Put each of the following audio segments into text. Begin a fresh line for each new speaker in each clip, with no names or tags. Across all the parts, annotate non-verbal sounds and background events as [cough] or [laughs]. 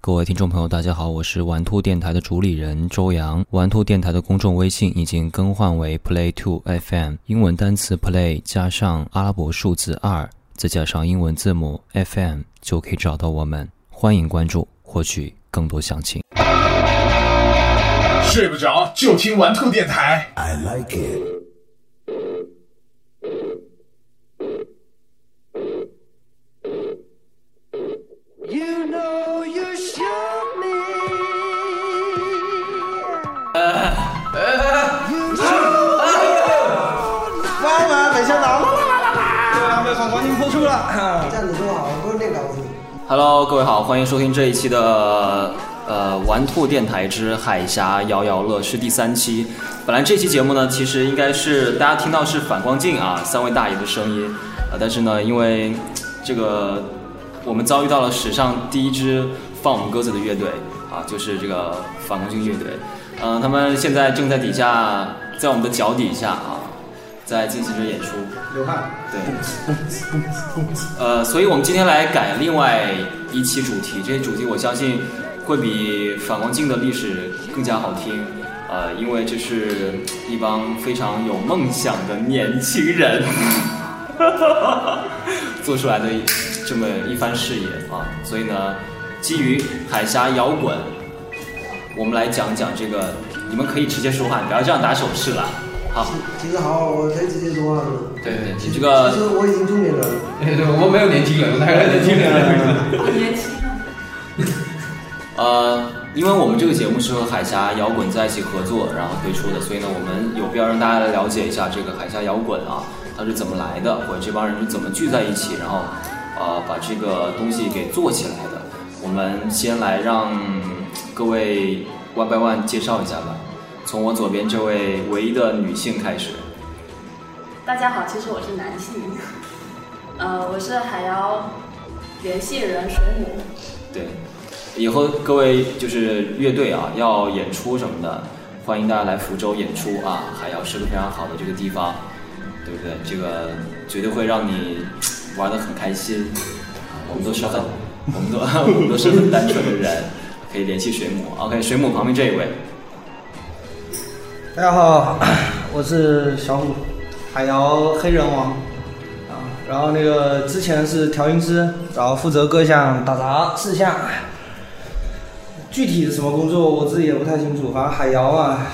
各位听众朋友，大家好，我是玩兔电台的主理人周洋。玩兔电台的公众微信已经更换为 Play Two FM，英文单词 Play 加上阿拉伯数字二，再加上英文字母 FM，就可以找到我们。欢迎关注，获取更多详情。
睡不着就听玩兔电台。
I like it.
妈妈，北向南，
他们闯关进破处了。
站得多好，不是那高度。
Hello，各位好，欢迎收听这一期的呃玩兔电台之海峡摇摇乐是第三期。本来这期节目呢，其实应该是大家听到是反光镜啊，三位大爷的声音，呃，但是呢，因为这个我们遭遇到了史上第一支放我们鸽子的乐队啊，就是这个反光镜乐队，嗯、他们现在正在底下，在我们的脚底下啊，在进行着演出。
流汗，
对，呃，所以我们今天来改另外一期主题，这些主题我相信会比反光镜的历史更加好听，呃，因为这是一帮非常有梦想的年轻人 [laughs] 做出来的这么一番事业啊，所以呢，基于海峡摇滚，我们来讲讲这个，你们可以直接说话，你不要这样打手势了，好，
其实好，我可以直接说话了。
对对
你这个
其实我已经中年人了，
对对，我们没有年轻人，我们哪有年轻人？
呃，因为我们这个节目是和海峡摇滚在一起合作，然后推出的，所以呢，我们有必要让大家来了解一下这个海峡摇滚啊，它是怎么来的，或者这帮人是怎么聚在一起，然后呃把这个东西给做起来的。我们先来让各位 one by one 介绍一下吧，从我左边这位唯一的女性开始。
大家好，其实我是男性，呃，我是海瑶联系人水母，
对，以后各位就是乐队啊，要演出什么的，欢迎大家来福州演出啊，海瑶是个非常好的这个地方，对不对？这个绝对会让你玩的很开心。啊我们都是很，我们都我们都 [laughs] 是很单纯的人，可以联系水母。OK，水母旁边这一位，
大家好， [clears throat] 我是小虎，海瑶黑人王啊。然后那个之前是调音师，然后负责各项打杂事项。具体是什么工作我自己也不太清楚，反正海瑶啊，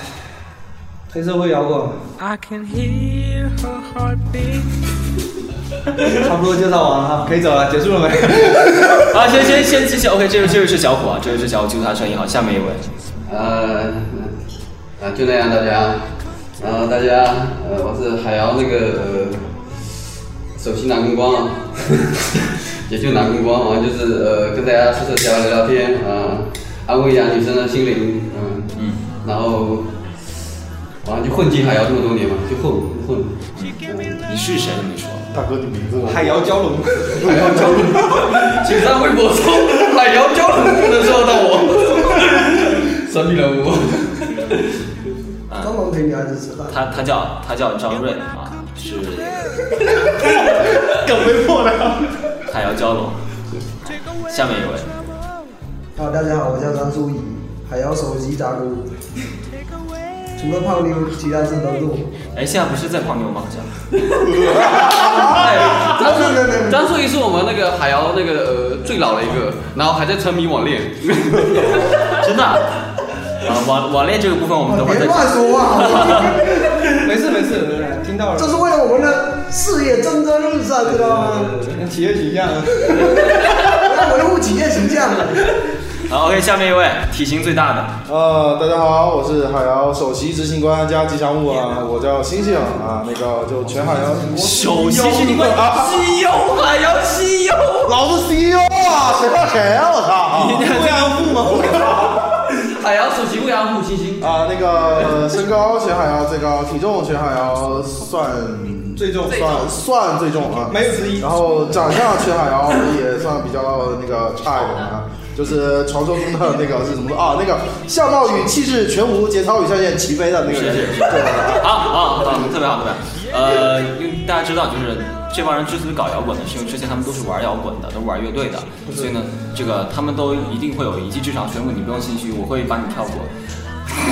黑社会摇滚，
I can hear her heartbeat.
[laughs] 差不多介绍完了哈，可以走了，结束了没？ [laughs]
啊，先先先先先，OK，这位这位是小虎啊，这位是小虎，就他声音好。下面一位，
呃，啊，就那样，大家，然后大家，呃，我是海瑶那个、呃、首席男公关啊， [laughs] 也就男公关啊，就是呃跟大家说说笑聊聊天啊、安慰一下女生的心灵，嗯、嗯，然后，完了就混迹海瑶这么多年嘛，就混混，
你是谁都没说。
大哥，你名字我
海瑶蛟龙，
海瑶交流，请上微博搜海瑶交流就能搜到我， [laughs] 神秘人物。
专门陪女孩子吃饭。
他他叫他叫张瑞啊，是梗没破了，海瑶蛟龙。下面一位，
好，啊大家好，我叫张淑怡，海瑶首席杂工。除了泡妞，其他事都做。
哎，现在不是在泡妞吗？好像
哎张树，张树一是我们那个海瑶那个呃最老的一个，然后还在沉迷网恋。
真的啊，啊网网恋这个部分我们等会儿
别
再
乱
讲。
说话，好吗
没事没事，没事听到了
这。是为了我们的事业蒸蒸日上，知道吗？
嗯企业形象，
让维护企业形象。
好，OK，下面一位体型最大的，
呃，大家好，我是海瑶首席执行官加吉祥物啊，我叫星星啊，那个就全海瑶
首席是你们
啊，
西柚海瑶西柚，
老子 CEO 啊，谁怕谁啊，我操
[laughs]
啊
这样富
[laughs]
吗？
海瑶首席慰安妇星星，
啊，那个身高全海瑶最高，体重全海瑶算
最重
算算最重啊，
没有之一
然后长相全海瑶也算比较那个差一点啊。就是传说中的那个是什么啊？那个相貌与气质全无，节操与下限
啊
齐飞的那个人，对吧？
好好好，特别好特别好。呃，因为大家知道就是这帮人之所以搞摇滚呢，是因为之前他们都是玩摇滚的，都玩乐队的，所以呢，这个他们都一定会有一技之长。玄武，你不用心虚，我会帮你跳过。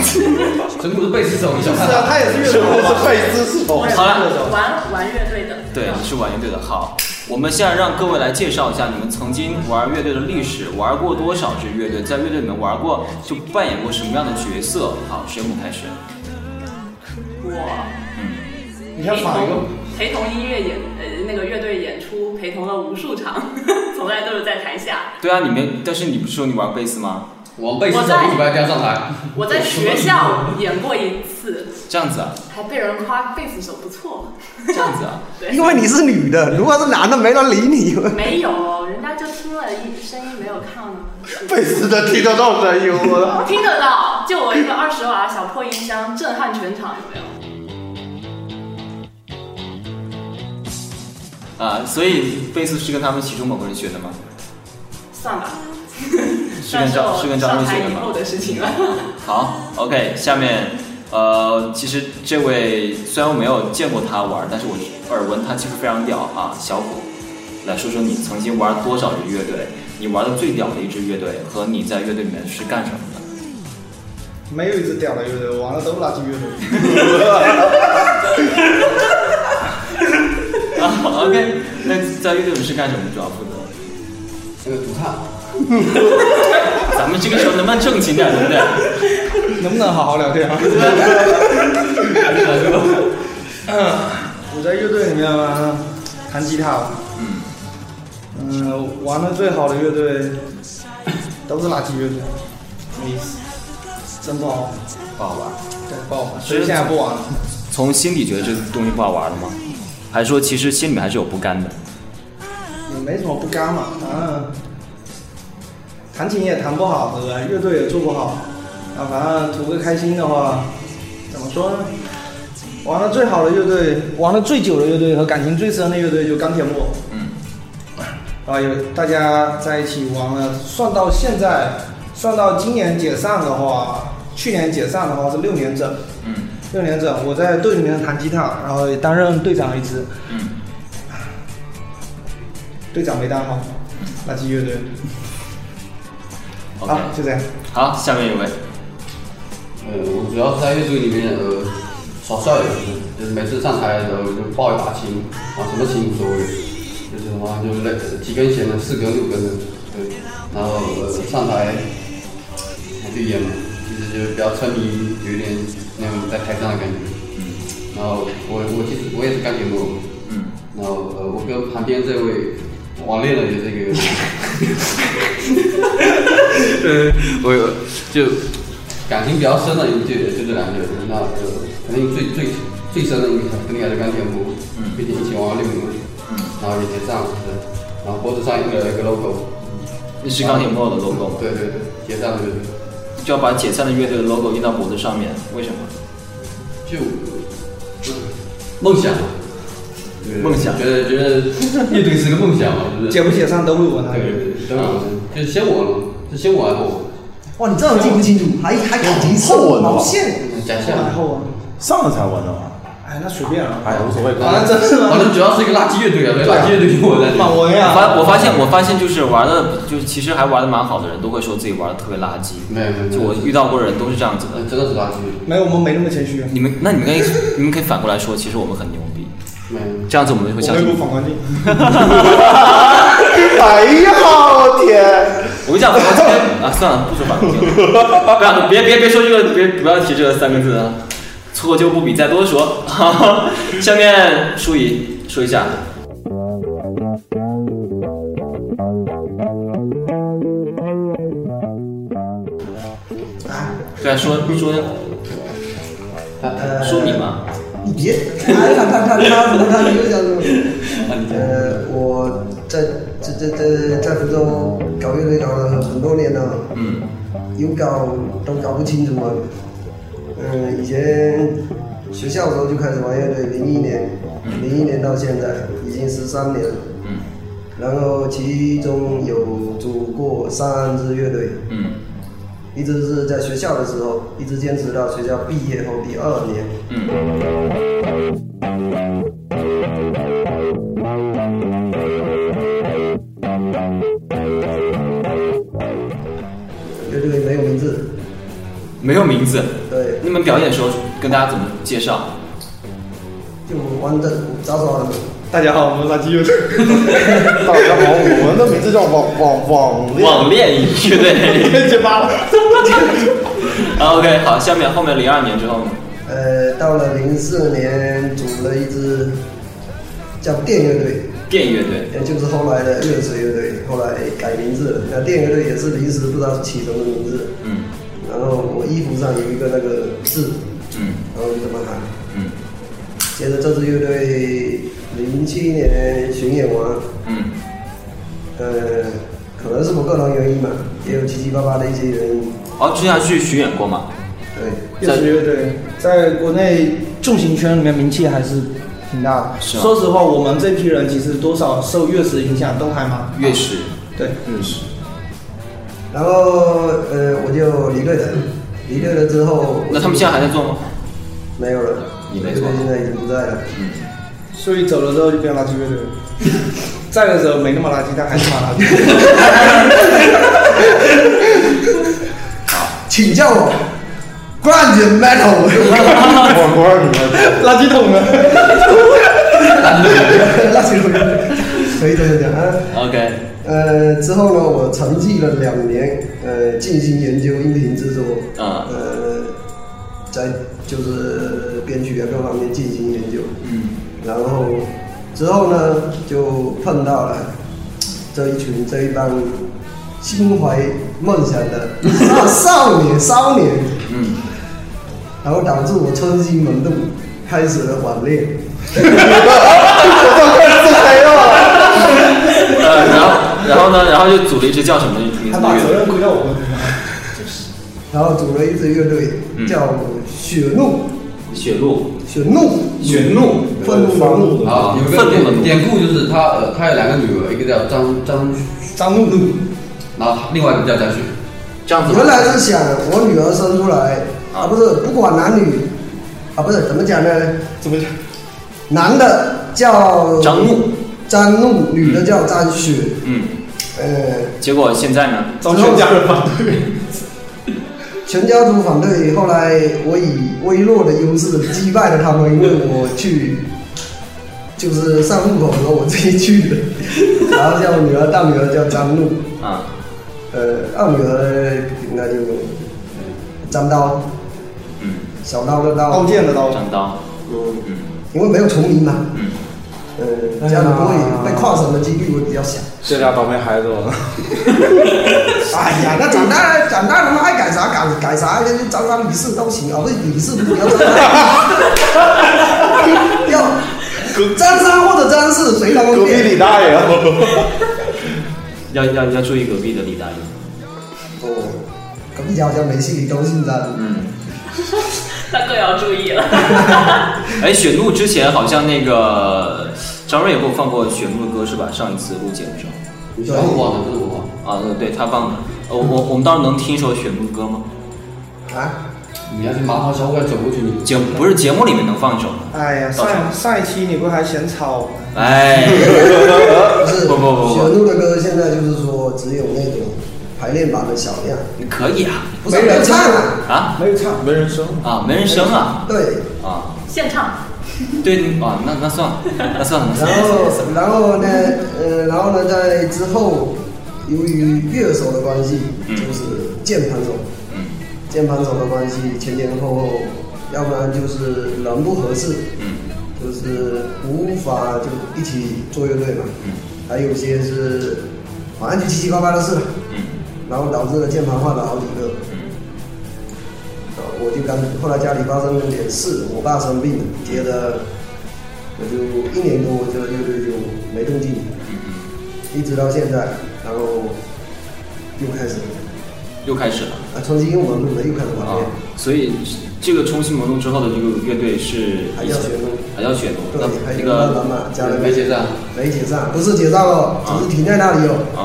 全部是贝斯手，你想看
是啊，他也是乐
真
手
的
啊
是费兹手
我也
哦好了
玩玩乐队的，
对，你是玩乐队的。好，我们现在让各位来介绍一下你们曾经玩乐队的历史，玩过多少支乐队，在乐队里面玩过就扮演过什么样的角色。好，玄武开始。
我
你先
陪
反一个
同。陪同音乐演呃那个乐队演出，陪同了无数场， [laughs] 从来都是在
[laughs]
台下。
对啊，你没，但是你不是说你玩贝斯吗？
我们贝斯手一般要上台，
我在学校演过一次，
这样子啊，
还被人夸贝斯手不错。
这样子啊，
[laughs] 对
因，为你是女的，如果是男的，没人理你。
没有，人家就听了一声音没有看
[laughs]
呢。是
费兹的听得到声音，我的
听得到，就我一个二十瓦小破音箱，震撼全场，有没有？
啊、所以贝斯是跟他们其中某个人学的吗？
算吧，
[laughs] 是
算
跟
是
张，
我
是跟张
上
震学
台
的
以
吗？
后的事情了。
好，OK，下面，呃，其实这位虽然我没有见过他玩，但是我耳闻他技术非常屌啊，小虎，来说说你曾经玩多少支乐队，你玩的最屌的一支乐队和你在乐队里面是干什么的？ [laughs]
没有一支屌的乐队，我玩的都是垃圾乐队。
啊好，OK，那在乐队里面是干什么主要负责？
那个独唱，
咱们这个时候能不能正经点，对不对？
能不能好好聊天啊？我在乐队里面嘛弹吉他，嗯，嗯，玩的最好的乐队都是垃圾乐队，没意思，真不好玩，
不好玩。
对，不好玩，所以现在不玩了。
从心底觉得这东西不好玩了吗？还是说其实心里面还是有不甘的？
也没什么不甘嘛，反正弹琴也弹不好，对不对？乐队也做不好，啊，反正图个开心的话，怎么说呢？玩的最好的乐队，玩的最久的乐队和感情最深的乐队就钢铁木，
嗯，
啊，有大家在一起玩了，算到现在，算到今年解散的话，去年解散的话是六年整，
嗯
六年整，我在队里面弹吉他，然后也担任队长一职，
嗯，
队长没当好，垃圾乐队。
OK
啊，就这样。
好，下面一位，
呃，我主要是在乐队里面呃耍帅的，就是每次上台的时候就抱一把琴，啊什么琴无所谓，就是什么就类几根弦的，四根六根的，对，然后呃上台我就演嘛，其实就是比较沉迷于有一点那种在台上的感觉，嗯，然后我我其实我也是钢铁木偶，
嗯，
然后呃我跟旁边这位网恋了也是一个。呃，我有就感情比较深的就就这两个，那就肯定最最最深的印象肯定还是钢铁木，嗯，并且一起玩了六年，嗯，然后也结账，对，然后脖子上印了一个 logo，
那是钢铁木偶的 logo 吗？
对对对，结账就是，
就要把解散的乐队的 logo 印到脖子上面，为什么？
就梦想，对
梦想
觉得觉得乐队是个梦想嘛，就是
解不解散都会闻啊
对。对对，当然就是先我了，就先我还后我，
哇，你这样记不清楚，还还感情
后文
毛
吧
线。
假
啊后
象
来。后啊，
上了才闻的吗？
哎，那随便了。
哎呀，无所谓，
反正真是
反
吗？
正主要是一个垃圾乐队啊，对垃圾乐队给我在这里
满文
我
哎
呀。
发我发现我发现就是玩的，就是其实还玩的蛮好的人都会说自己玩的特别垃圾。
没有没有，
就我遇到过的人都是这样子的。
那呃真的是垃圾，
没有，我们没那么谦虚。啊
你们那你们可以你们可以反过来说，其实我们很牛逼，
没有。
这样子我们就会
我
相
微
信
博。反光镜。
哎呀，我天！
我跟你讲，我今天啊算了，不说反光镜了，不要别别别说这个，别不要提这三个字啊，错就不比再多说。 [laughs] 下面舒怡说一下，对啊，说说
呃，
说你嘛。
你别，哎，看看看他怎么看，你又想
[laughs]
说。
啊
呃，我在在在在在福州搞乐队搞了很多年了，
嗯
有搞都搞不清楚了。嗯、以前学校的时候就开始玩乐队，零一年，零一年到现在已经十三年了。
嗯
然后其中有组过三支乐队，
嗯
一直是在学校的时候，一直坚持到学校毕业后第二年。
嗯
乐队没有名字，
没有名字。
对，
你们表演的时候跟大家怎么介绍？
就完整杂耍的。
大家好，我们是垃圾乐队。
大家好，我们的名字叫网网网恋，
网恋乐队。
结巴了。
啊 OK，好，下面后面零二年之后呢？
呃，到了零四年组了一支叫电乐队，
电乐队。
也就是后来的热水乐队，后来改名字了。那电乐队也是临时不知道起什么名字，
嗯
然后我衣服上有一个那个字，
嗯
然后就这么喊。
嗯
接着这支乐队零七年巡演完，
嗯
呃，可能是不个人原因吧，也有七七八八的一些呃原因。
哦，之前去巡演过吗？
对，
乐队乐队在国内重型圈里面名气还是挺大的。
是啊
说实话，我们这批人其实多少受乐史影响都还蛮
乐师，
对，
乐师。
然后呃，我就离队了。离队了之后，
那他们现在还在做吗？
没有了，
也没
乐
错
队现在已经不在了。
所以走了之后就变垃圾乐队了。 [laughs] 在的时候没那么垃圾，但还是蛮垃圾。 [laughs]
请叫我冠军 metal，
网官儿，你们
垃圾桶呢？
那行不行？可以这么讲啊。
OK，
呃，之后呢，我沉寂了两年，呃，静心研究音频制作，
嗯
呃，在就是编曲啊各方面进行研究，
嗯，
然后之后呢，就碰到了这一群这一帮心怀梦想的 [laughs] 少少年少年，
嗯，
[laughs] 然后导致我春心萌动，开始了网恋，
呃，然后然后呢，然后就组了一支叫什么名字
还
的
把
乐
责
队？
任归到我们身上。
然后组了一支乐队
嗯
叫雪怒，
雪路，
雪怒，
雪怒，啊
愤怒的怒。
好，有
愤怒的
个
怒
典故就是他呃，他有两个女儿，一个叫张张，
张露露，
然后另外一个叫张旭。
这样子
原
吗？
来是想我女儿生出来啊，不是不管男女啊，不是怎么讲呢？
怎么讲？
男的叫
张怒，
张怒，女的叫张雪。
嗯，
呃，
结果现在呢？
张全家人反对。
全家族反对，后来我以微弱的优势击败了他们，因为我去就是上户口的时候我自己去的，然后叫我女儿，大女儿叫张怒，
啊，
呃，二女儿那就呃张刀，
嗯，
小刀的 [laughs] 刀
刀，剑的刀，
张刀，
嗯，
嗯
因为没有重名嘛。
嗯，
呃，这样的不会被跨省的几率会比较小。
这俩倒霉孩子，
[laughs]
哎呀，那长大了，长大了，爱改啥改改啥，就是找找理事都行啊，不是理事不要张三，要张三或者张四，谁能够
隔壁
变？
李大爷，
要要要注意隔壁的李大爷。
哦，隔壁家好像没姓李，都姓张。
嗯，
那更要注意了。 [laughs]
哎，雪路之前好像那个张睿也给我放过雪路的歌是吧？上一次录节目上。
对
然后我呢，这是我忘了。
啊，对他放的。呃，我我们当时能听一首雪路的歌吗？
啊，
你要去麻花小馆走过去，你
节不是节目里面能放一首吗？
哎呀，上上一期你不还嫌吵吗？
哎， [laughs]
不是，
不不不不
雪怒的歌现在就是说只有那种排练版的小样，
你可以啊
不是没人唱啊。
啊
没有唱，
没人生。
啊，没人声啊
对，
啊，
现唱，
对啊，那那算了，那算了，那
然
算了。
后，然后呢，呃，然后呢，在之后，由于乐手的关系，
嗯
就是键盘手，
嗯
键盘手的关系，前前后后，要不然就是人不合适，
嗯
就是无法就一起做乐队嘛，还有些是反正就七七八八的事，
嗯
然后导致了键盘换了好几个，呃，我就刚后来家里发生了点事，我爸生病了，接着我就一年多，我这个乐队就没动静，
嗯
一直到现在，然后又开始
嗯，又开始了
啊，重新又忙碌了，又开始玩
啊
了，。
所以这个重新萌动之后的这个乐队是
还叫雪路，
还叫雪路。那
对，还
那
有慢慢
个
嘛，家人
没结账，
没解散，不是解散哦，只是停在那
[laughs]
里哦。
啊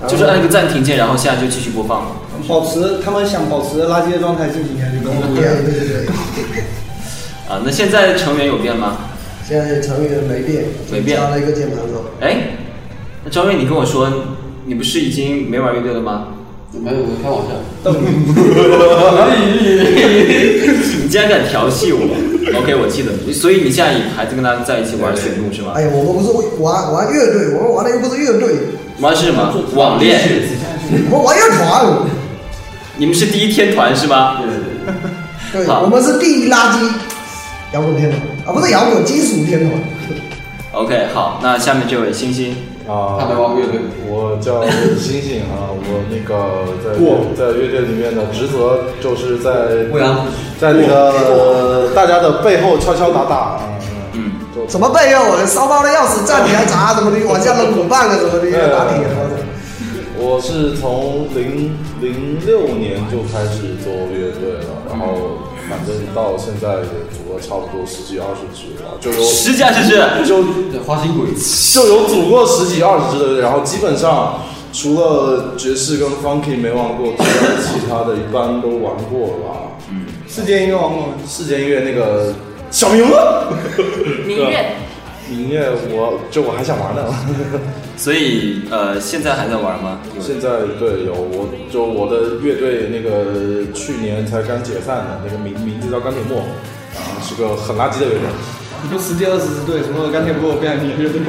哈，就是按一个暂停键，然后现在就继续播放了。
保持他们想保持垃圾的状态进行下去，跟我们
对
一样。
对对对，
啊，那现在成员有变吗？
现在成员没变，
没变
加了一个键盘手，
哎，那张睿，你跟我说你不是已经没玩乐队了吗？
没有，开玩笑。
你竟然敢调戏我？OK，我记得你。所以你现在还在跟他在一起玩群舞是吗
哎？呀，我们不是玩玩乐队，我们玩的又不是乐队， [coughs]
玩是什么？网恋？
我们玩乐团。
你们是第一天团是吗？
对，
好
我们是第一垃圾摇滚天团啊，不是摇滚金属天团。
OK，好，那下面这位星星，
啊，
他没玩过乐队
我叫星星啊，我那个在
过
在乐队里面的职责就是在
未央，
在那个大家的背后敲敲打打，嗯，
什么背后的烧包的钥匙站起来砸什么的，往下扔鼓棒啊什么的，
对
打铁啊什么的。
呃我是从零零六年就开始做乐队了，然后反正到现在也组了差不多十几二十支了，就有
十家是不是？
就
花心鬼，
就有组过十几二十支的，然后基本上除了爵士跟 funky 没玩过之外，其他的一般都玩过吧。
世界音乐王国，
世界音乐那个小明了，
民乐，
明月我就我还想玩呢。
所以呃，现在还在玩吗？
现在对有我就我的乐队那个去年才刚解散的，那个名名字叫钢铁墨，啊是个很垃圾的乐队。
你们十届二十支队，什么钢铁不我变成你乐 [laughs] 队，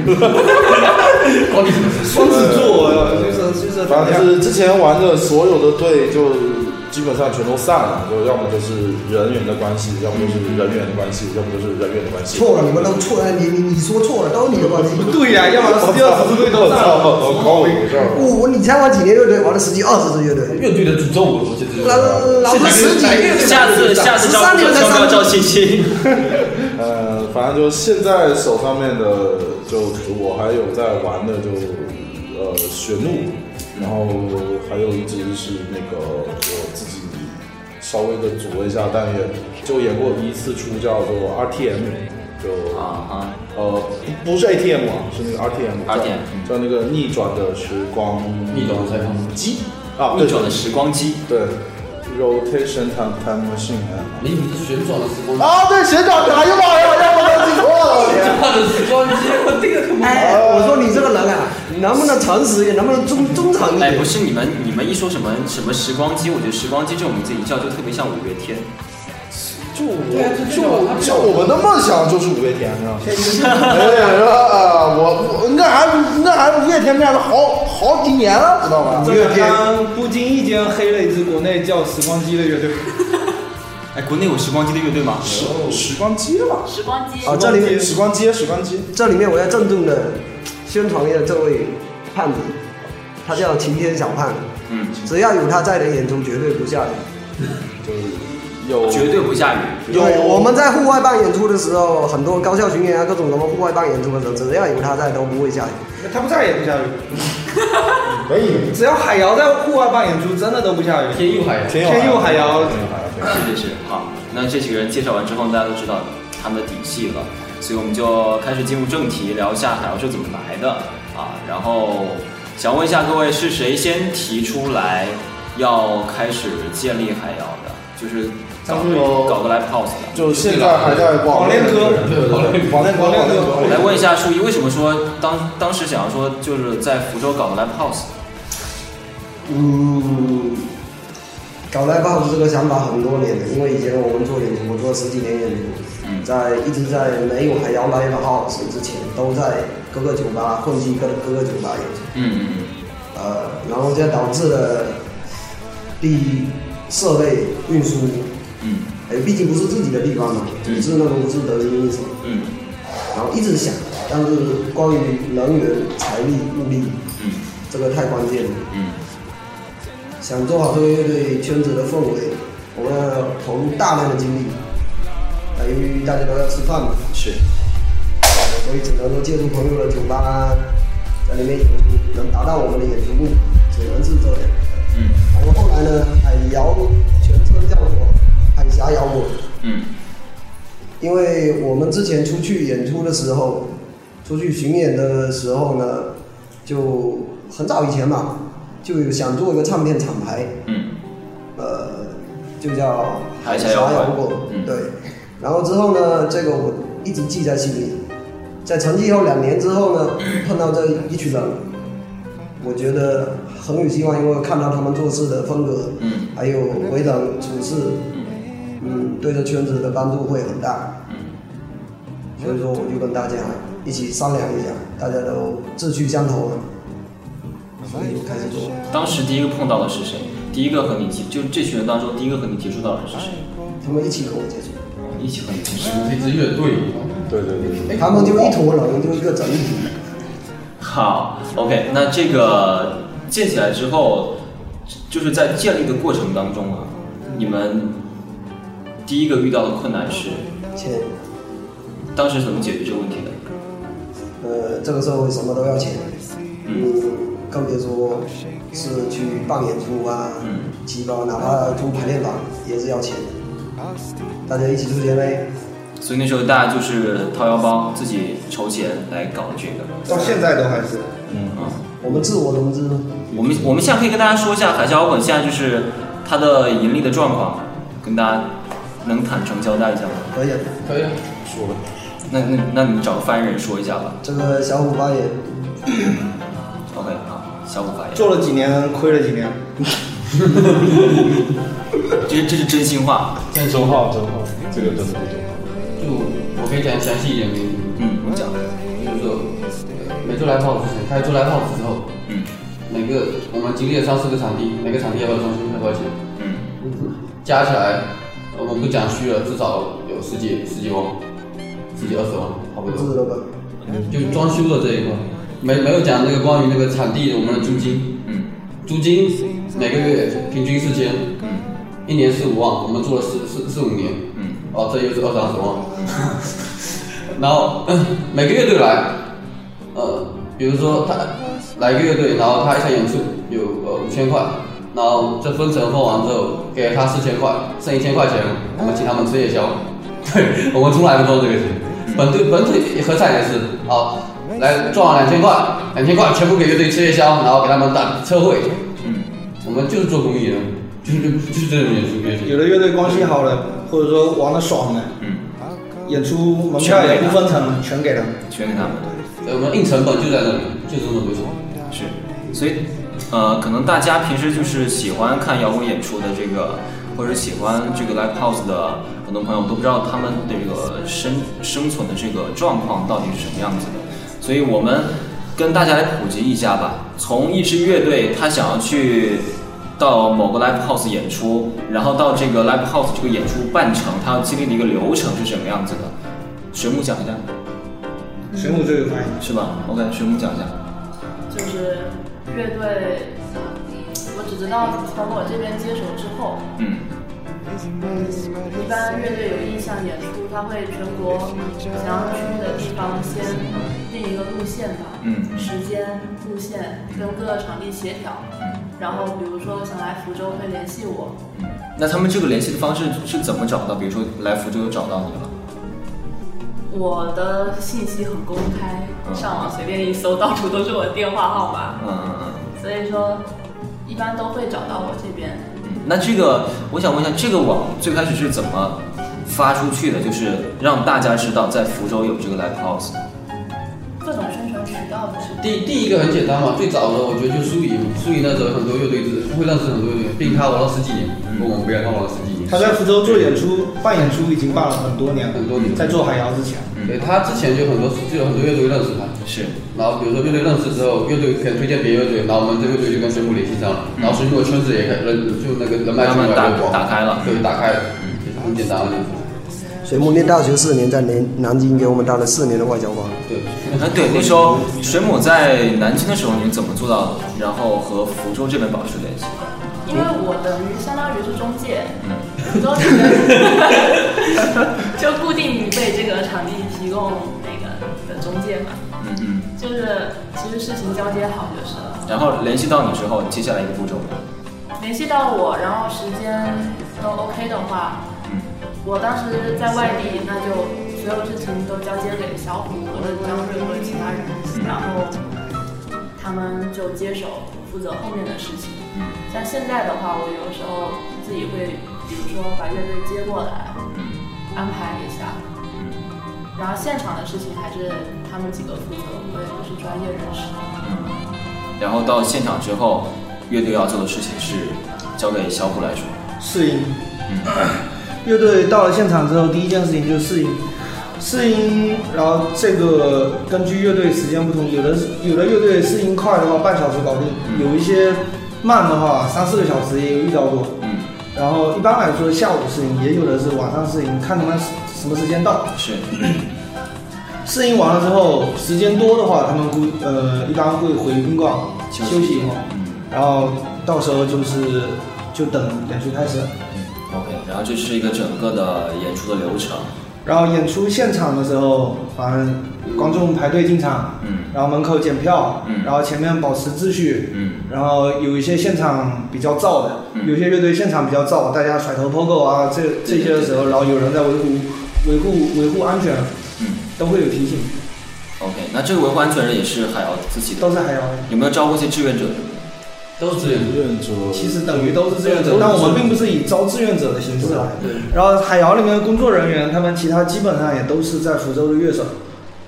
哦，你
双子座，啊就是就是
反正就是之前玩的所有的队就基本上全都散了，就要么就是人员的关系，要么就是
嗯
人员的关系，要么就是人员的关系。 [laughs]
错了，你们都错了，你你你说错了，都是你的关系。
对呀、要不然十届二十支队
[laughs] 我
都散
操，
了。嗯
我搞我一事儿。
我我你才玩几年乐队，玩了十几二十支乐队，
乐队的诅咒，我觉得这
老老子十几年，
下次下次招
13
招
年才
招
上
招星星。
呃，反正就现在手上面的，就我还有在玩的就呃旋律，然后还有一支是那个我自己稍微的组了一下，但也就演过一次出，叫做 RTM，就
啊啊，
呃，不不是 ATM 啊，是那个 RTM，叫
RTM
叫那个逆转的时光
逆转的时光
机啊，
逆
对
转的时光机。
对，Rotation Time Time Machine
你你旋转的时光机， [laughs]
啊，对，学长，哎呀妈呀，让我都记错了，我天
旋转的时光机，我这个他妈，
哎，我说你这个人啊，你能不能诚实一点，能不能忠忠诚一
哎，
点
不？是你们，你们一说什么什么时光机，我觉得时光机这种名字一叫就特别像五月天。
就
对啊就
我就
就
就哎我们的梦想就是五月天啊，哎呀，啊，我我那还那还五月天那样的好好几年了，知道吗？
这个刚不经意间黑了一支国内叫时光机的乐队，
哎，国内有时光机的乐队吗？
时光机吧，
时光机，
啊，这里面
时光机，时光机，
这里面我要郑重的宣传一下这位胖子，他叫晴天小胖，
嗯，
只要有他在的演出绝对不下雨。
就是有
绝对不下雨。
有
对，我们在户外办演出的时候，很多高校巡演啊，各种什么户外办演出的时候，只要有他在都不会下雨。
他不在也不下雨。
可以。
只要海瑶在户外办演出，真的都不下雨。
天佑海洋，
天佑海洋
天佑海洋
是是是，好，那这几个人介绍完之后，大家都知道他们的底细了，所以我们就开始进入正题，聊一下海妖是怎么来的啊。然后想问一下各位，是谁先提出来要开始建立海妖的？就是搞
张学友
搞个 live house 的。
就现在还在网恋歌，
对网恋
网恋歌，
网恋歌
我来问一下舒一，为什么说当当时想要说就是在福州搞个 live house？
嗯，搞 live house 这个想法很多年了，因为以前我们做演出，我做了十几年演出，
嗯
在一直在没有海洋 live house 之前，都在各个酒吧混迹各各个酒吧演出。
嗯嗯
呃，然后这导致了第一设备运输，
嗯
哎，毕竟不是自己的地方嘛，
嗯
只是那种不是得心应手，
嗯
然后一直想，但是关于能源、财力、物力，
嗯
这个太关键了。
嗯
想做好这个乐队圈子的氛围，我们要投入大量的精力。啊，由于大家都要吃饭嘛，
嗯，是。
所以只能说借助朋友的酒吧啊，在里面演出，能达到我们的演出目的，只能是这样。
嗯
然后后来呢，海摇全称叫做海峡摇滚，
嗯
因为我们之前出去演出的时候，出去巡演的时候呢，就很早以前嘛，就有想做一个唱片厂牌，
嗯
呃，就叫
海峡
峡
摇滚
摇滚，
嗯
对。然后之后呢，这个我一直记在心里。
[coughs]
在成绩后两年之后呢，碰到这一群人，我觉得
很有希望，因为看到他们做事的风格，
嗯，
还有为人处事，嗯，对这圈子的帮助会很大。所以说，我就跟大家一起商量一下，大家都志趣相投了，所以就开始做。
当时第一个碰到的是谁？第一个和你接，就这群人当中，第一个和你接触到的人是谁？
他们一起跟我接触，
一起和你接触。
这支乐队，
对对对对，
哎他们就一坨人，就一个整体。
好，OK，那这个建起来之后，就是在建立的过程当中啊，你们第一个遇到的困难是，
钱，
当时怎么解决这个问题的？
呃，这个社会什么都要钱，嗯，更别说是去办演出啊，
嗯
鸡巴哪怕租排练房也是要钱的。大家一起出钱呗，
所以那时候大家就是掏腰包自己筹钱来搞这个。嗯
到 [laughs] 现在都还是
我们自我融资，
我们我们现在可以跟大家说一下，海峡摇滚现在就是它的盈利的状况，跟大家能坦诚交代一下吗？
可以。
可以啊，
说了，
那那那你找个发言人说一下吧。
这个小伙伴也
OK，好，小五发言，
做了几年，亏了几年。
这是这是真心话。
这
真话真话，这个真的不懂。
就我可以讲详细一点给你。
嗯，你讲。
就是说，呃每周来 house 之前，开始做 live house 之后，
嗯
每个我们经历了三四个场地，每个场地要不要装修，要多少钱？
嗯
加起来，呃我们不讲虚了，至少有十几十几万，十几二十万，差不
自
多。
了吧，
就装修的这一块，没没有讲那个关于那个场地我们的租金，
嗯
租金每个月平均四千，一年四五万，我们做了四四四五年，
嗯
哦，这又是二三十万。然后、嗯每个乐队来，呃，比如说他来一个乐队，然后他一场演出有呃五千块，然后这分成分完之后，给了他四千块，剩一千块钱，我们请他们吃夜宵。 [laughs] 对，我们从来不做这个事。本队本队合唱也是啊，来赚完两千块，两千块全部给乐队吃夜宵，然后给他们打车会。
嗯
我们就是做公益的，就是就是这种演出乐
有
队。
的乐队关系好了，或者说玩的爽了，
嗯，
演出门票也不分成了，全给了。
全给他们。
对呃我们硬成本就在那里，就这么回事。
是，所以呃，可能大家平时就是喜欢看摇滚演出的这个，或者喜欢这个 live house 的很多朋友都不知道他们的这个生生存的这个状况到底是什么样子的，所以我们跟大家来普及一下吧。从一支乐队，他想要去。到某个 live house 演出，然后到这个 live house 这个演出办成，他要经历的一个流程是什么样子的？水母讲一下，
水母最有反应。
是吧？OK，水母讲一下。
就是乐队，我只知道从我这边接手之后，
嗯
一般乐队有意向演出，他会全国想要去的地方先定一个路线吧，
嗯
时间、路线跟各个场地协调，
嗯
然后比如说想来福州会联系我，
那他们这个联系的方式是怎么找到？比如说来福州就找到你了，
我的信息很公开，上网随便一搜，到处都是我的电话号码，
嗯嗯
[laughs] 所以说一般都会找到我这边。
嗯。那这个我想问一下，这个网最开始是怎么发出去的？就是让大家知道在福州有这个 live house。
各种宣传渠道都是
第第一个很简单嘛，最早的我觉得就苏怡，苏怡那时候很多乐队是会认识很多乐队，并他玩了十几年，跟嗯我们不要他玩了十几年。
他在福州做演出、办演出已经办了很多年了，
很多年
在做海瑶之前，
对他之前就很多就有很多乐队认识他，
是，
然后比如说乐队认识之后，乐队可以推荐别乐队，然后我们这个乐队就跟水母联系上了，然后水母的圈子也开人就那个人脉
慢慢
圈越来越
打
广，
打开了。
对，嗯打开了，就是很简单的，
水木念大学四年，在南南京给我们当了四年的外交官。
对。
哎，对，那时候水母在南京的时候，你们怎么做到，然后和福州这边保持联系？
因为我等于相当于是中介，福州这边 [laughs] 就固定为这个场地提供那个的中介嘛，
嗯嗯。
就是其实事情交接好就是了。
然后联系到你之后，接下来一个步骤，
联系到我，然后时间都 OK 的话，
嗯
我当时在外地，那就所有事情都交接给小虎或者江瑞或者其他人，然后他们就接手负责后面的事情。像现在的话，我有时候自己会，比如说把乐队接过来，安排一下，然后现场的事情还是他们几个负责，我也不是专业人士。
然后到现场之后，乐队要做的事情是交给小虎来说。
试音。
嗯
乐队到了现场之后，第一件事情就是试音，试音，然后这个根据乐队时间不同，有的有的乐队试音快的话半小时搞定，
嗯
有一些慢的话三四个小时也有遇到过。
嗯，
然后一般来说下午试音，也有的是晚上试音，看他们什么时间到。
是，
试音完了之后，时间多的话，他们估呃一般会回宾馆
休
休
息
息一会儿，
嗯
然后到时候就是就等演出开始。
OK，然后这是一个整个的演出的流程。
然后演出现场的时候，反正观众排队进场，
嗯
然后门口检票，
嗯
然后前面保持秩序，
嗯
然后有一些现场比较燥的，
嗯
有些乐队现场比较燥，大家甩头 POGO 啊，这这些的时候，然后有人在维护维护维护安全，
嗯
都会有提醒，
，OK，那这个维护安全人也是海瑶自己的
都，是海洋。
有没有招过一些志愿者？
都是志愿者，
愿者
其实等于都是志愿者
都，是
但我们并不是以招志愿者的形式来。然后海瑶里面的工作人员，他们其他基本上也都是在福州的乐手，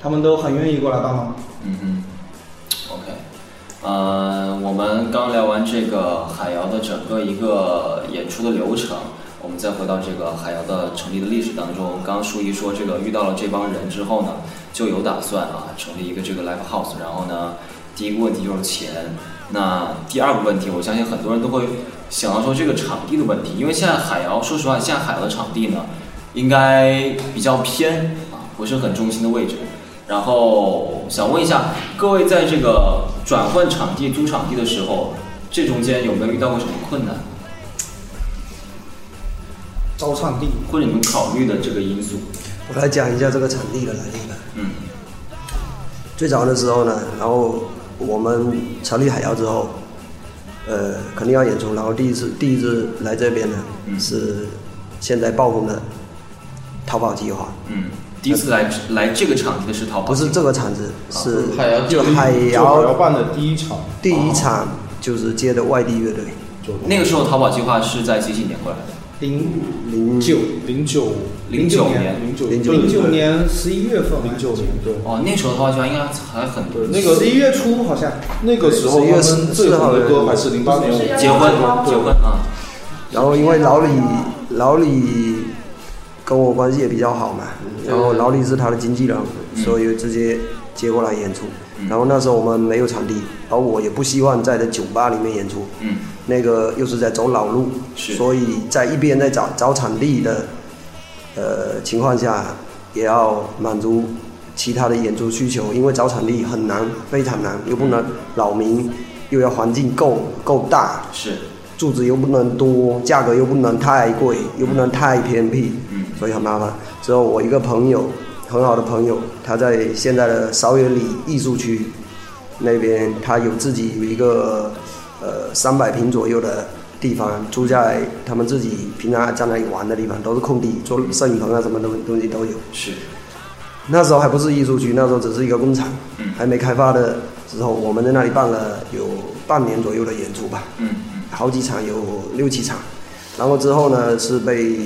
他们都很愿意过来帮忙。
嗯嗯，OK，呃，我们刚聊完这个海瑶的整个一个演出的流程，我们再回到这个海瑶的成立的历史当中。刚刚舒怡说，这个遇到了这帮人之后呢，就有打算啊，成立一个这个 live house。然后呢，第一个问题就是钱。那第二个问题，我相信很多人都会想到说这个场地的问题，因为现在海瑶，说实话，现在海瑶的场地呢，应该比较偏啊，不是很中心的位置。然后想问一下各位，在这个转换场地、租场地的时候，这中间有没有遇到过什么困难，
招场地，
或者你们考虑的这个因素？
我来讲一下这个场地的来历吧。
嗯
最早的时候呢，然后我们成立海瑶之后，呃，肯定要演出，然后第一次第一次来这边呢、
嗯
是现在爆红的淘宝计划，
嗯，第一次来来这个场地的是淘宝，
不是这个场子，是
海瑶
就
就
海
就我要
瑶
办的第一场，
第一场就是接的外地乐队，
就
那个时候淘宝计划是在几几年过来的？
零
零
九
零九
零
09
九
年
年。
零九
09
零九年十一月份，
零九年对
哦，那时候淘宝计划应该还很
对那个
十一月初好像。
那个时候
11
他
月
们最红的歌还是零八年我
结婚结婚啊，
然后因为老李老李跟我关系也比较好嘛，然后老李是他的经纪人，所以直接接过来演出。然后那时候我们没有场地，而我也不希望在这酒吧里面演出，
嗯
那个又是在走老路，
是
所以在一边在找找场地的呃情况下，也要满足其他的演出需求，因为找场地很难，非常难，又不能扰民，又要环境够够大，
是
住址又不能多，价格又不能太贵，又不能太偏僻，
嗯
所以很麻烦。之后我一个朋友，很好的朋友，他在现在的韶园里艺术区那边，他有自己有一个呃三百平左右的地方，住在他们自己平常在那里玩的地方，都是空地，做摄影棚啊什么东东西都有。
是
那时候还不是艺术区，那时候只是一个工厂，
嗯
还没开发的时候，我们在那里办了有半年左右的演出吧。
嗯嗯
好几场，有六七场。然后之后呢，是被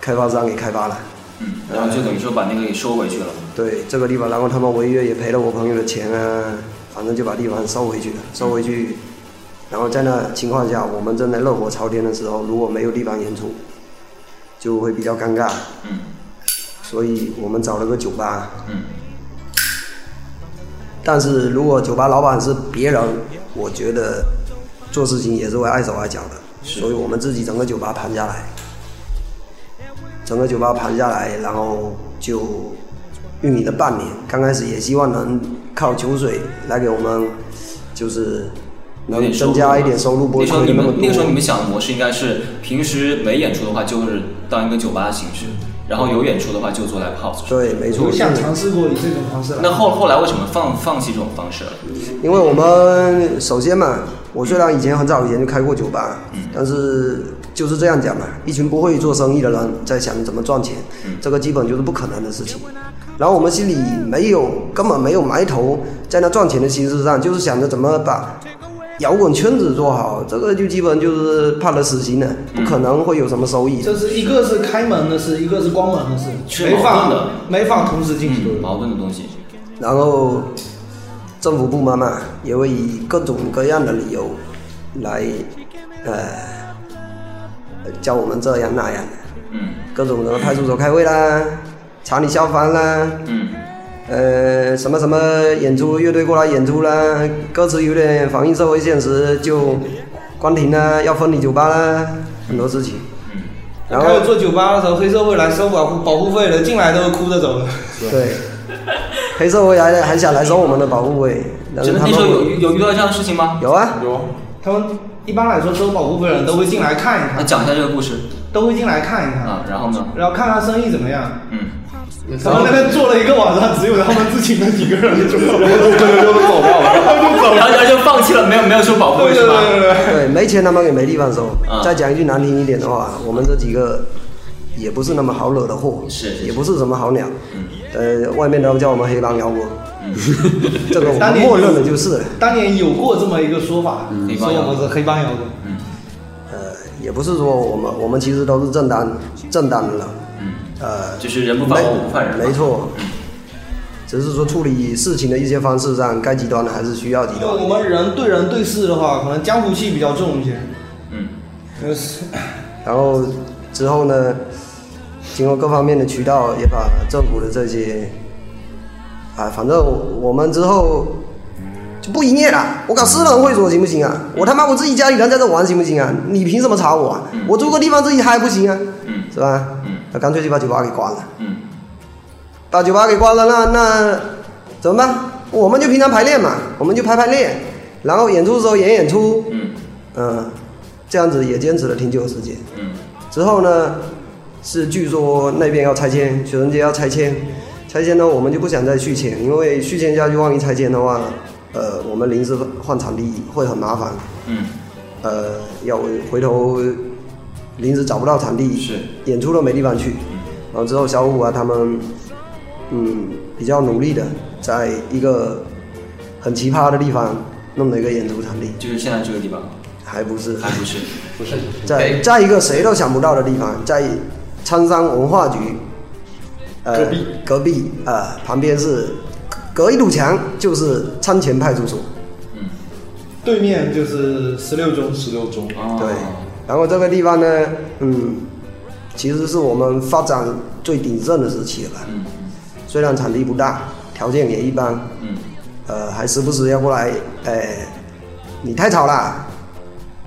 开发商给开发了，呃
嗯，然后就等于说把那个给收回去了。
对这个地方，然后他们违约也赔了我朋友的钱啊，反正就把地方收回去了，收回去。然后在那情况下，我们正在热火朝天的时候，如果没有地方演出，就会比较尴尬。
嗯
所以我们找了个酒吧，
嗯
但是如果酒吧老板是别人，我觉得做事情也是会碍手碍脚的，所以我们自己整个酒吧盘下来，整个酒吧盘下来，然后就运营了半年。刚开始也希望能靠酒水来给我们，就是能
有点收入
增加一点收入，不
那
会
时候
亏
你
那么
们
多。
那个时候你们想的模式应该是，平时没演出的话就是当一个酒吧的形式，然后有演出的话就做 live house。
对，没错
我，想尝试过以这种方式来。
那后后来为什么放放弃这种方式了？
因为我们首先嘛，我虽然以前很早以前就开过酒吧，但是就是这样讲嘛，一群不会做生意的人在想怎么赚钱，这个基本就是不可能的事情。然后我们心里没有根本没有埋头在那赚钱的心思上，就是想着怎么把摇滚圈子做好，这个就基本就是判了死刑了，不可能会有什么收益。
这是一个是开门的事，一个是关门的事，
是
没
矛
法
盾的
没法同时进行。
嗯，矛盾的东西。
然后政府部门嘛，也会以各种各样的理由，来呃教我们这样那样的，
嗯
各种什么派出所开会啦，查你消防啦，
嗯
呃，什么什么演出乐队过来演出啦，歌词有点反映社会现实，就关停啦，要封你酒吧啦，很多事情。
嗯，
然
开
后
始做酒吧的时候，黑社会来收保护保护费了，进来都哭着走了。
对，黑社会来了还想来收我们的保护费，但是
真的
他
那
们
时候有遇有遇到这样的事情吗？
有啊，
有啊，
他们一般来说收保护费的人都会进来看一
那
看，
啊讲一下这个故事
都会进来看一看，
啊，然后呢？
然后看他生意怎么样。
嗯，
然后那边坐了一个晚上，只有他们自己那几个人就
走吧，
然后然后就放弃了，没有没有收保护费是吧？
对，没钱他们也没地方收
啊。
再讲一句难听一点的话，我们这几个也不是那么好惹的货，
是是是
也不是什么好鸟。呃，外面都叫我们黑帮摇滚，这个我
当
们
年
默认的就是了，嗯
当年有过这么一个说法，
黑
说
帮摇
我
滚
们是黑帮摇滚。
呃，也不是说我们我们其实都是正当正当的了，呃，
就是人不犯我我不犯人嘛
没错。只是说处理事情的一些方式上，该极端的还是需要极
因为
端。
我们人对人对事的话，可能江湖气比较重一些。呃
嗯
就是
然后之后呢，经过各方面的渠道，也把政府的这些，啊，反正我们之后就不营业了。我搞私人会所行不行啊？我他妈我自己家里人在这玩行不行啊？你凭什么查我啊？我租个地方自己嗨不行啊？
嗯
是吧？
嗯
那干脆就把酒吧给关了。
嗯
把酒吧给关了，那那怎么办？我们就平常排练嘛，我们就排排练，然后演出的时候演演出，
嗯
嗯、这样子也坚持了挺久的时间。
嗯
之后呢，是据说那边要拆迁，学生街要拆迁，拆迁呢我们就不想再续签，因为续签下去万一拆迁的话，呃，我们临时换场地会很麻烦，
嗯
呃，要回头临时找不到场地，
是
演出都没地方去。然后之后小五啊他们，嗯，比较努力的，在一个很奇葩的地方弄了一个演出场地，
就是现在这个地方
还不是
还不
[laughs]
是，
不是
在
北
在一个谁都想不到的地方，在苍山文化局，呃，隔壁隔壁呃，旁边是隔一堵墙就是仓前派出所，
对面就是十六中，
十六中，
哦
对。然后这个地方呢，嗯，其实是我们发展最鼎盛的时期了吧。
嗯
虽然场地不大，条件也一般，
嗯
呃，还时不时要过来，哎，你太吵啦，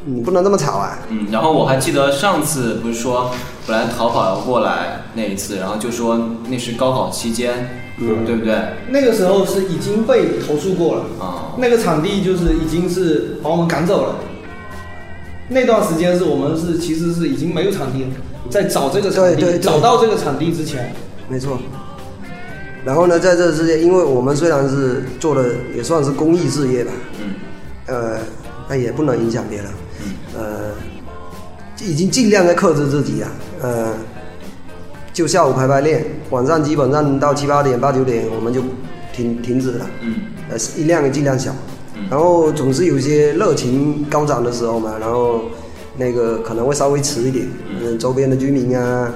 你不能这么吵啊。
嗯，然后我还记得上次不是说本来逃跑要过来那一次，然后就说那是高考期间，
嗯
对不对？
那个时候是已经被投诉过了。
啊、
那个场地就是已经是把我们赶走了。那段时间是我们是其实是已经没有场地了，在找这个场
对
地，
对对
找到这个场地之前，
没错。然后呢，在这之间，因为我们虽然是做的也算是公益事业吧，
嗯
呃，那也不能影响别人，呃，已经尽量在克制自己啊，呃，就下午排排练，晚上基本上到七八点、八九点我们就停停止了，
嗯
呃，音量也尽量小，然后总是有一些热情高涨的时候嘛，然后那个可能会稍微迟一点，嗯、周边的居民啊，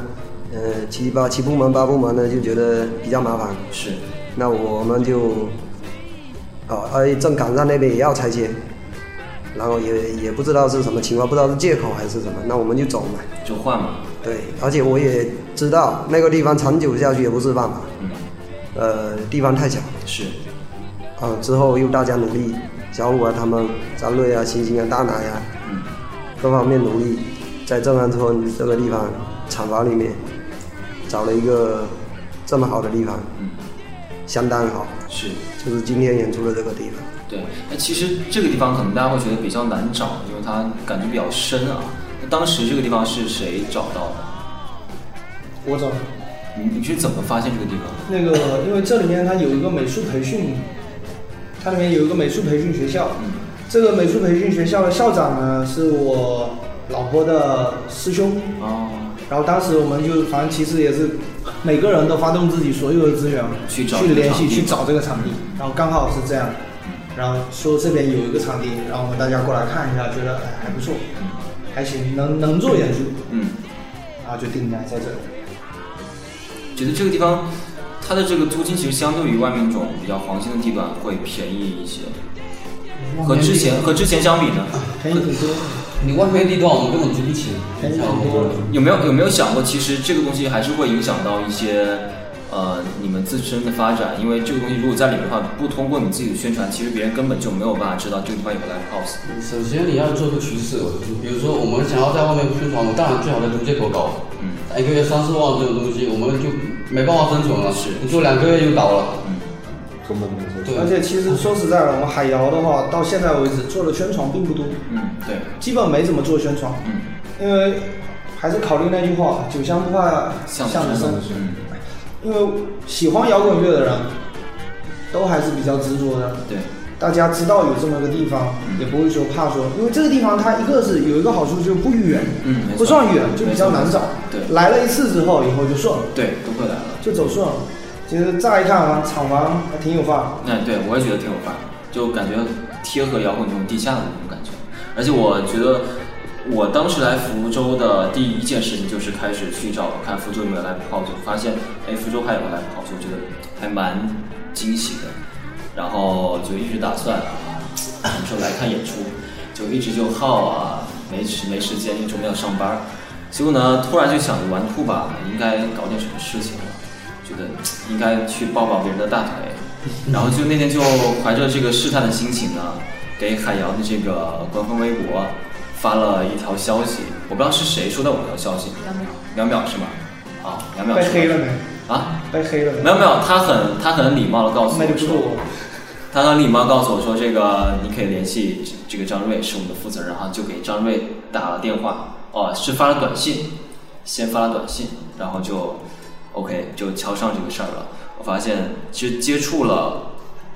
呃，七八七部门八部门呢就觉得比较麻烦，
是，
那我们就，哦，哎，正赶上那边也要拆迁，然后也也不知道是什么情况，不知道是借口还是什么，那我们就走嘛。
就换嘛，
对，而且我也知道那个地方长久下去也不是办法，
嗯
呃，地方太小，
是，
啊，之后又大家努力，小五啊他们、张瑞啊、星星啊、大奶啊，
嗯
各方面努力，在正安村这个地方厂房里面找了一个这么好的地方，
嗯
相当好，
是。
就是今天演出的这个地方。
对，那其实这个地方可能大家会觉得比较难找，因为它感觉比较深啊。那当时这个地方是谁找到的？
我找
你你是怎么发现这个地方的？
那个，因为这里面它有一个美术培训，它里面有一个美术培训学校，
嗯
这个美术培训学校的校长呢是我老婆的师兄，
哦，
然后当时我们就反正其实也是每个人都发动自己所有的资源
去找这个
联系
场地
去找这个场地，然后刚好是这样，然后说这边有一个场地，然后我们大家过来看一下，觉得哎还不错，还行，能能做演出，
嗯，
然后就定下来在这里。
觉得这个地方它的这个租金其实相对于外面那种比较黄金的地段会便宜一些。啊和之前和之前相比呢，
便宜很多。
你万元地段我们根本租不起，
便宜
差
很
不多
多
了。
有没有有没有想过，其实这个东西还是会影响到一些呃你们自身的发展，因为这个东西如果在里面的话，不通过你自己的宣传，其实别人根本就没有办法知道这个地方有个 live house。
首先你要做出趋势，我就比如说我们想要在外面宣传，我们当然最好在中介口搞，
嗯，
一个月三四万这种东西，我们就没办法生存了。
是
你做两个月就倒了。
嗯
根本没说。
对，
而且其实说实在的，我们海瑶的话，到现在为止做的宣传并不多，
嗯，对，
基本没怎么做宣传，
嗯，
因为还是考虑那句话，酒香不怕巷
像
子深。
嗯，
因为喜欢摇滚乐的人，都还是比较执着的。
嗯对，
大家知道有这么个地方，
嗯
也不会说怕说，因为这个地方它一个是有一个好处就是不远，
嗯没错
不算远就比较难找。
没错对
来了一次之后，以后就顺了，
对，都会来了。
就走顺了。其实乍一看啊，厂房还挺有范儿。
那对我也觉得挺有范儿，就感觉贴合摇滚这种地下的那种感觉。而且我觉得，我当时来福州的第一件事情就是开始去找看福州有没有 live house，发现哎，福州还有个 live house，我觉得还蛮惊喜的。然后就一直打算啊，什么时候来看演出，就一直就耗啊，没时没时间，因为周末要上班儿。结果呢，突然就想着纨绔吧，应该搞点什么事情了，觉得应该去抱抱别人的大腿。然后就那天就怀着这个试探的心情呢，给海洋的这个官方微博发了一条消息，我不知道是谁收到我那条消息，淼淼是吗？啊，淼淼
被
是吗
黑了没？
啊，
被黑了
没有没有，他很他很礼貌的告诉
那就不
我
哦是
说，
我。
他很礼貌告诉我说，这个你可以联系这这个张瑞是我们的负责人，然后就给张瑞打了电话，哦，是发了短信，先发了短信，然后就 OK 就瞧上这个事儿了。我发现其实接触了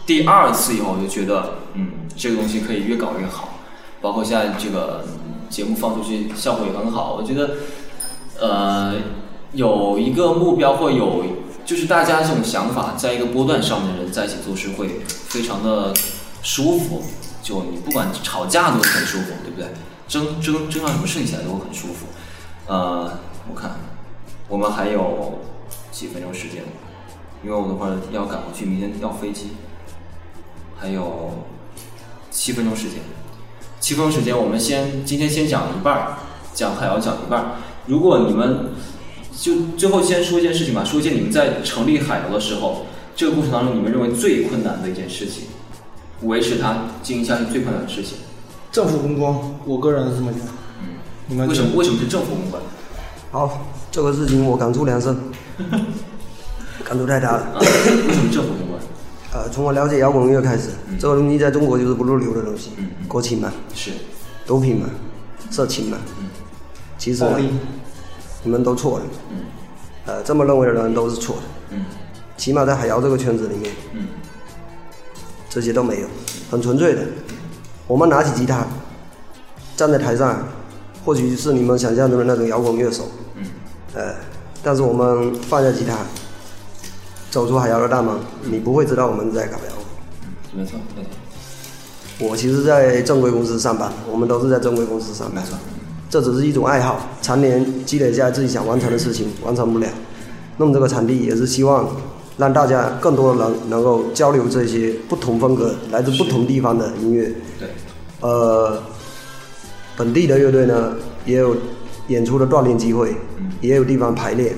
第二次以后，我就觉得嗯，这个东西可以越搞越好，包括现在这个嗯节目放出去效果也很好，我觉得呃，有一个目标或有就是大家这种想法，在一个波段上面的人在一起做事会非常的舒服。就你不管吵架都很舒服，对不对？争争争上什么事情起来都会很舒服。呃，我看我们还有几分钟时间，因为我等会儿要赶回去，明天要飞机，还有七分钟时间。七分钟时间，我们先今天先讲一半儿，讲海瑶讲一半儿。如果你们就最后先说一件事情吧，说一件你们在成立海瑶的时候，这个过程当中你们认为最困难的一件事情，维持它经营下去最困难的事情。
政府公关，我个人是这么觉得。
嗯
你们
为什
觉得
么？为什么是政府公关？
好，这个事情我感触良深，感触太大了。 [laughs]
啊，为什么政府公关？
呃，从我了解摇滚乐开始，这个东西在中国就是不入流的东西，国情嘛，
是
毒品嘛，色情嘛，其实啊
暴力
你们都错了。呃，这么认为的人都是错的。
嗯
起码在海瑶这个圈子里面，
嗯
这些都没有，很纯粹的。我们拿起吉他，站在台上，或许是你们想象中的那种摇滚乐手，
嗯
呃，但是我们放下吉他，走出海洋的大门，你不会知道我们在搞摇滚。
嗯没错没错
我其实，在正规公司上班，我们都是在正规公司上班，这只是一种爱好，常年积累下来自己想完成的事情，
嗯
完成不了。弄这个场地也是希望让大家更多的人能够交流这些不同风格、来自不同地方的音乐。
对
呃，本地的乐队呢也有演出的锻炼机会，也有地方排练。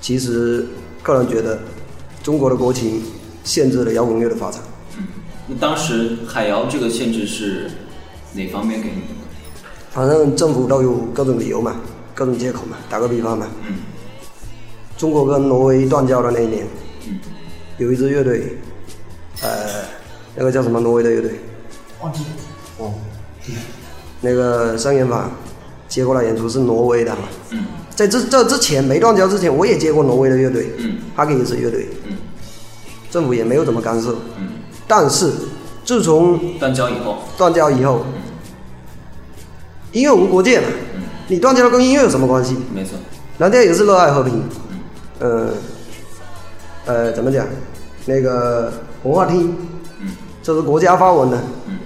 其实，个人觉得，中国的国情限制了摇滚乐的发展。
嗯。那当时海瑶这个限制是哪方面给你的？
反正政府都有各种理由嘛，各种借口嘛。打个比方嘛，
嗯
中国跟挪威断交的那一年，
嗯
有一支乐队，呃，那个叫什么挪威的乐队，
忘记了
哦，那个三元坊接过来演出是挪威的嘛。
嗯
在这这之前没断交之前，我也接过挪威的乐队，
嗯，
哈根也是乐队，
嗯
政府也没有怎么干涉。
嗯。
但是自从
断交以后，
断交以后，音乐无国界嘛，你断交了跟音乐有什么关系？
没错，
蓝调也是热爱和平，呃，呃，怎么讲？那个文化厅，这是国家发文的，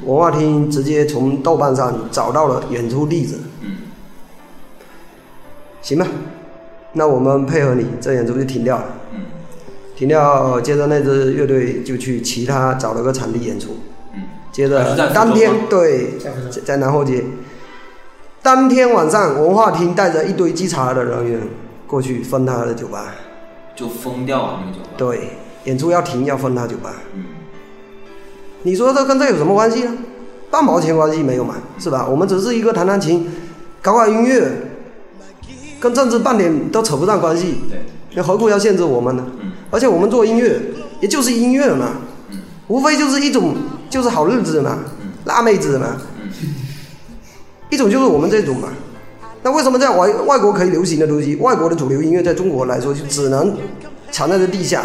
文化厅直接从豆瓣上找到了演出地址，
嗯
行吧？那我们配合你，这演出就停掉了。
嗯
停掉，接着那支乐队就去其他找了个场地演出，
嗯
接
还是在
着
福州
当天
吗
对
在福州
在在南后街，当天晚上文化厅带着一堆稽查的人员过去封他的酒吧，
就封掉了那个酒吧。
对，演出要停要封他酒吧，
嗯，
你说这跟这有什么关系呢？啊半毛钱关系没有嘛，是吧？我们只是一个弹弹琴，搞搞音乐，跟政治半点都扯不上关系，
对，
那何苦要限制我们呢
嗯？
而且我们做音乐，也就是音乐嘛，
嗯
无非就是一种就是好日子嘛，辣妹子嘛，
嗯
一种就是我们这种嘛。那为什么在外外国可以流行的东西，外国的主流音乐在中国来说就只能藏在这地下？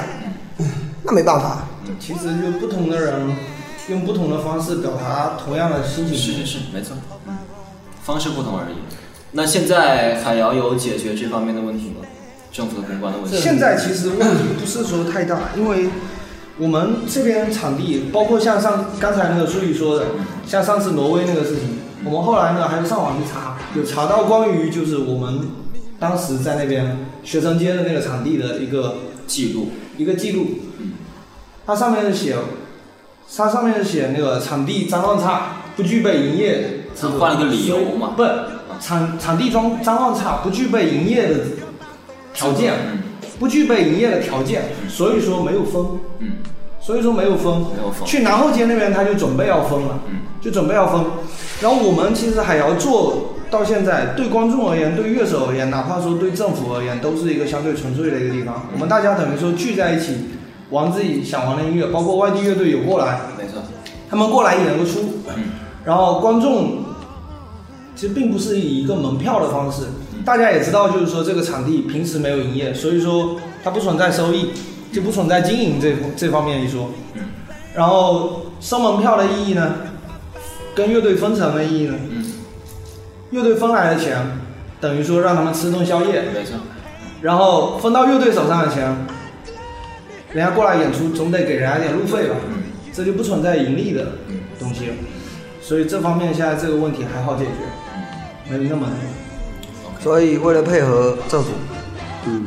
嗯
那没办法，
其实就不同的人用不同的方式表达同样的心情。
是是是，没错，方式不同而已。那现在海瑶有解决这方面的问题吗？政府的公关的问题？
现在其实问题不是说太大，因为我们这边场地，包括像上刚才那个书宇说的，像上次挪威那个事情，我们后来呢还上网去查，有查到关于就是我们当时在那边学生街的那个场地的一个
记录，
一个记录，它上面是写，它上面是写那个场地脏乱差，不具备营业资格。
他换了个理由嘛
所以不，场场地脏脏乱差，不具备营业的条件，
嗯
不具备营业的条件，所以说没有封，
嗯
所以说没有封。
没有封
去南后街那边他就准备要封了，
嗯
就准备要封。然后我们其实海瑶做到现在，对观众而言，对乐手而言，哪怕说对政府而言，都是一个相对纯粹的一个地方。我们大家等于说聚在一起，玩自己想玩的音乐，包括外地乐队有过来，
没错，
他们过来也能够出。
嗯
然后观众其实并不是以一个门票的方式，
嗯
大家也知道，就是说这个场地平时没有营业，所以说它不存在收益，就不存在经营这这方面一说。
嗯
然后收门票的意义呢，跟乐队分成的意义呢，
嗯，
乐队分来的钱，等于说让他们吃顿宵夜，
没错，
然后分到乐队手上的钱，人家过来演出总得给人家点路费吧，
嗯
这就不存在盈利的
嗯
东西了。所以这方面现在这个问题还好解决，没那么难。
所以为了配合政府，嗯，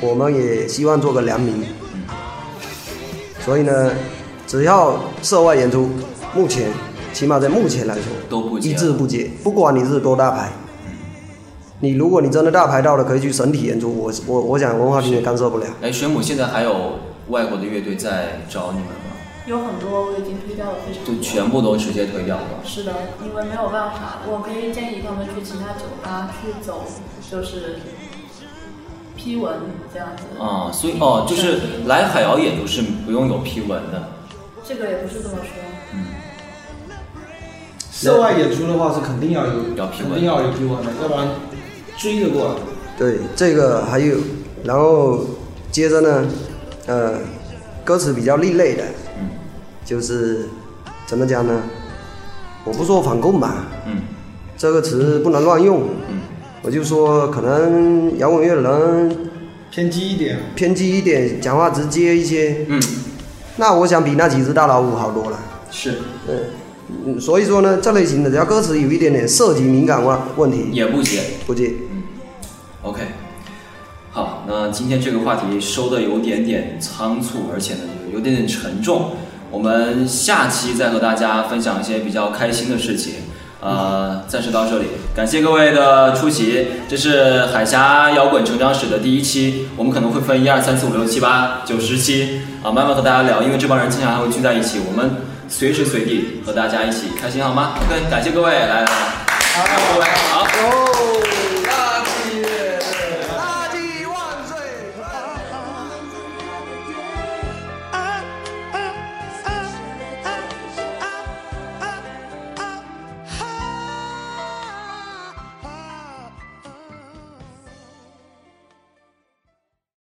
我们也希望做个良民。所以呢，只要涉外演出，目前起码在目前来说
都不接嗯
一字不接，不管你是多大牌。你如果你真的大牌到了，可以去省体演出，我我我想文化厅也干涉不了。
哎，水母现在还有外国的乐队在找你们吗？
有很多我已经推掉了非常多
就全部都直接推掉了？
是的，因为没有办法，我可以建议他们去其他酒吧去走，就是批文这样子。
啊、所以哦，就是来海瑶演出是不用有批文的，嗯
这个也不是这么说，
涉外演出的话是肯定要有，
要批文
肯定要有批文的，要不然追着过来。
对，这个还有，然后接着呢，呃，歌词比较另类的，
嗯
就是怎么讲呢？我不说反共吧，
嗯
这个词不能乱用。
嗯
我就说，可能摇滚乐人
偏激一点，
偏激一点，讲话直接一些。
嗯，
那我想比那几只大老虎好多了。
是
嗯，所以说呢，这类型的只要歌词有一点点涉及敏感问问题，
也不接。
不接。
OK，好，那今天这个话题收的有点点仓促，而且呢有点点沉重。我们下期再和大家分享一些比较开心的事情。呃，暂时到这里，感谢各位的出席。这是海峡摇滚成长史的第一期，我们可能会分一二三四五六七八九十期啊，慢慢和大家聊，因为这帮人经常还会聚在一起，我们随时随地和大家一起开心，好吗？OK，感谢各位，来来来，好，各位好。
哦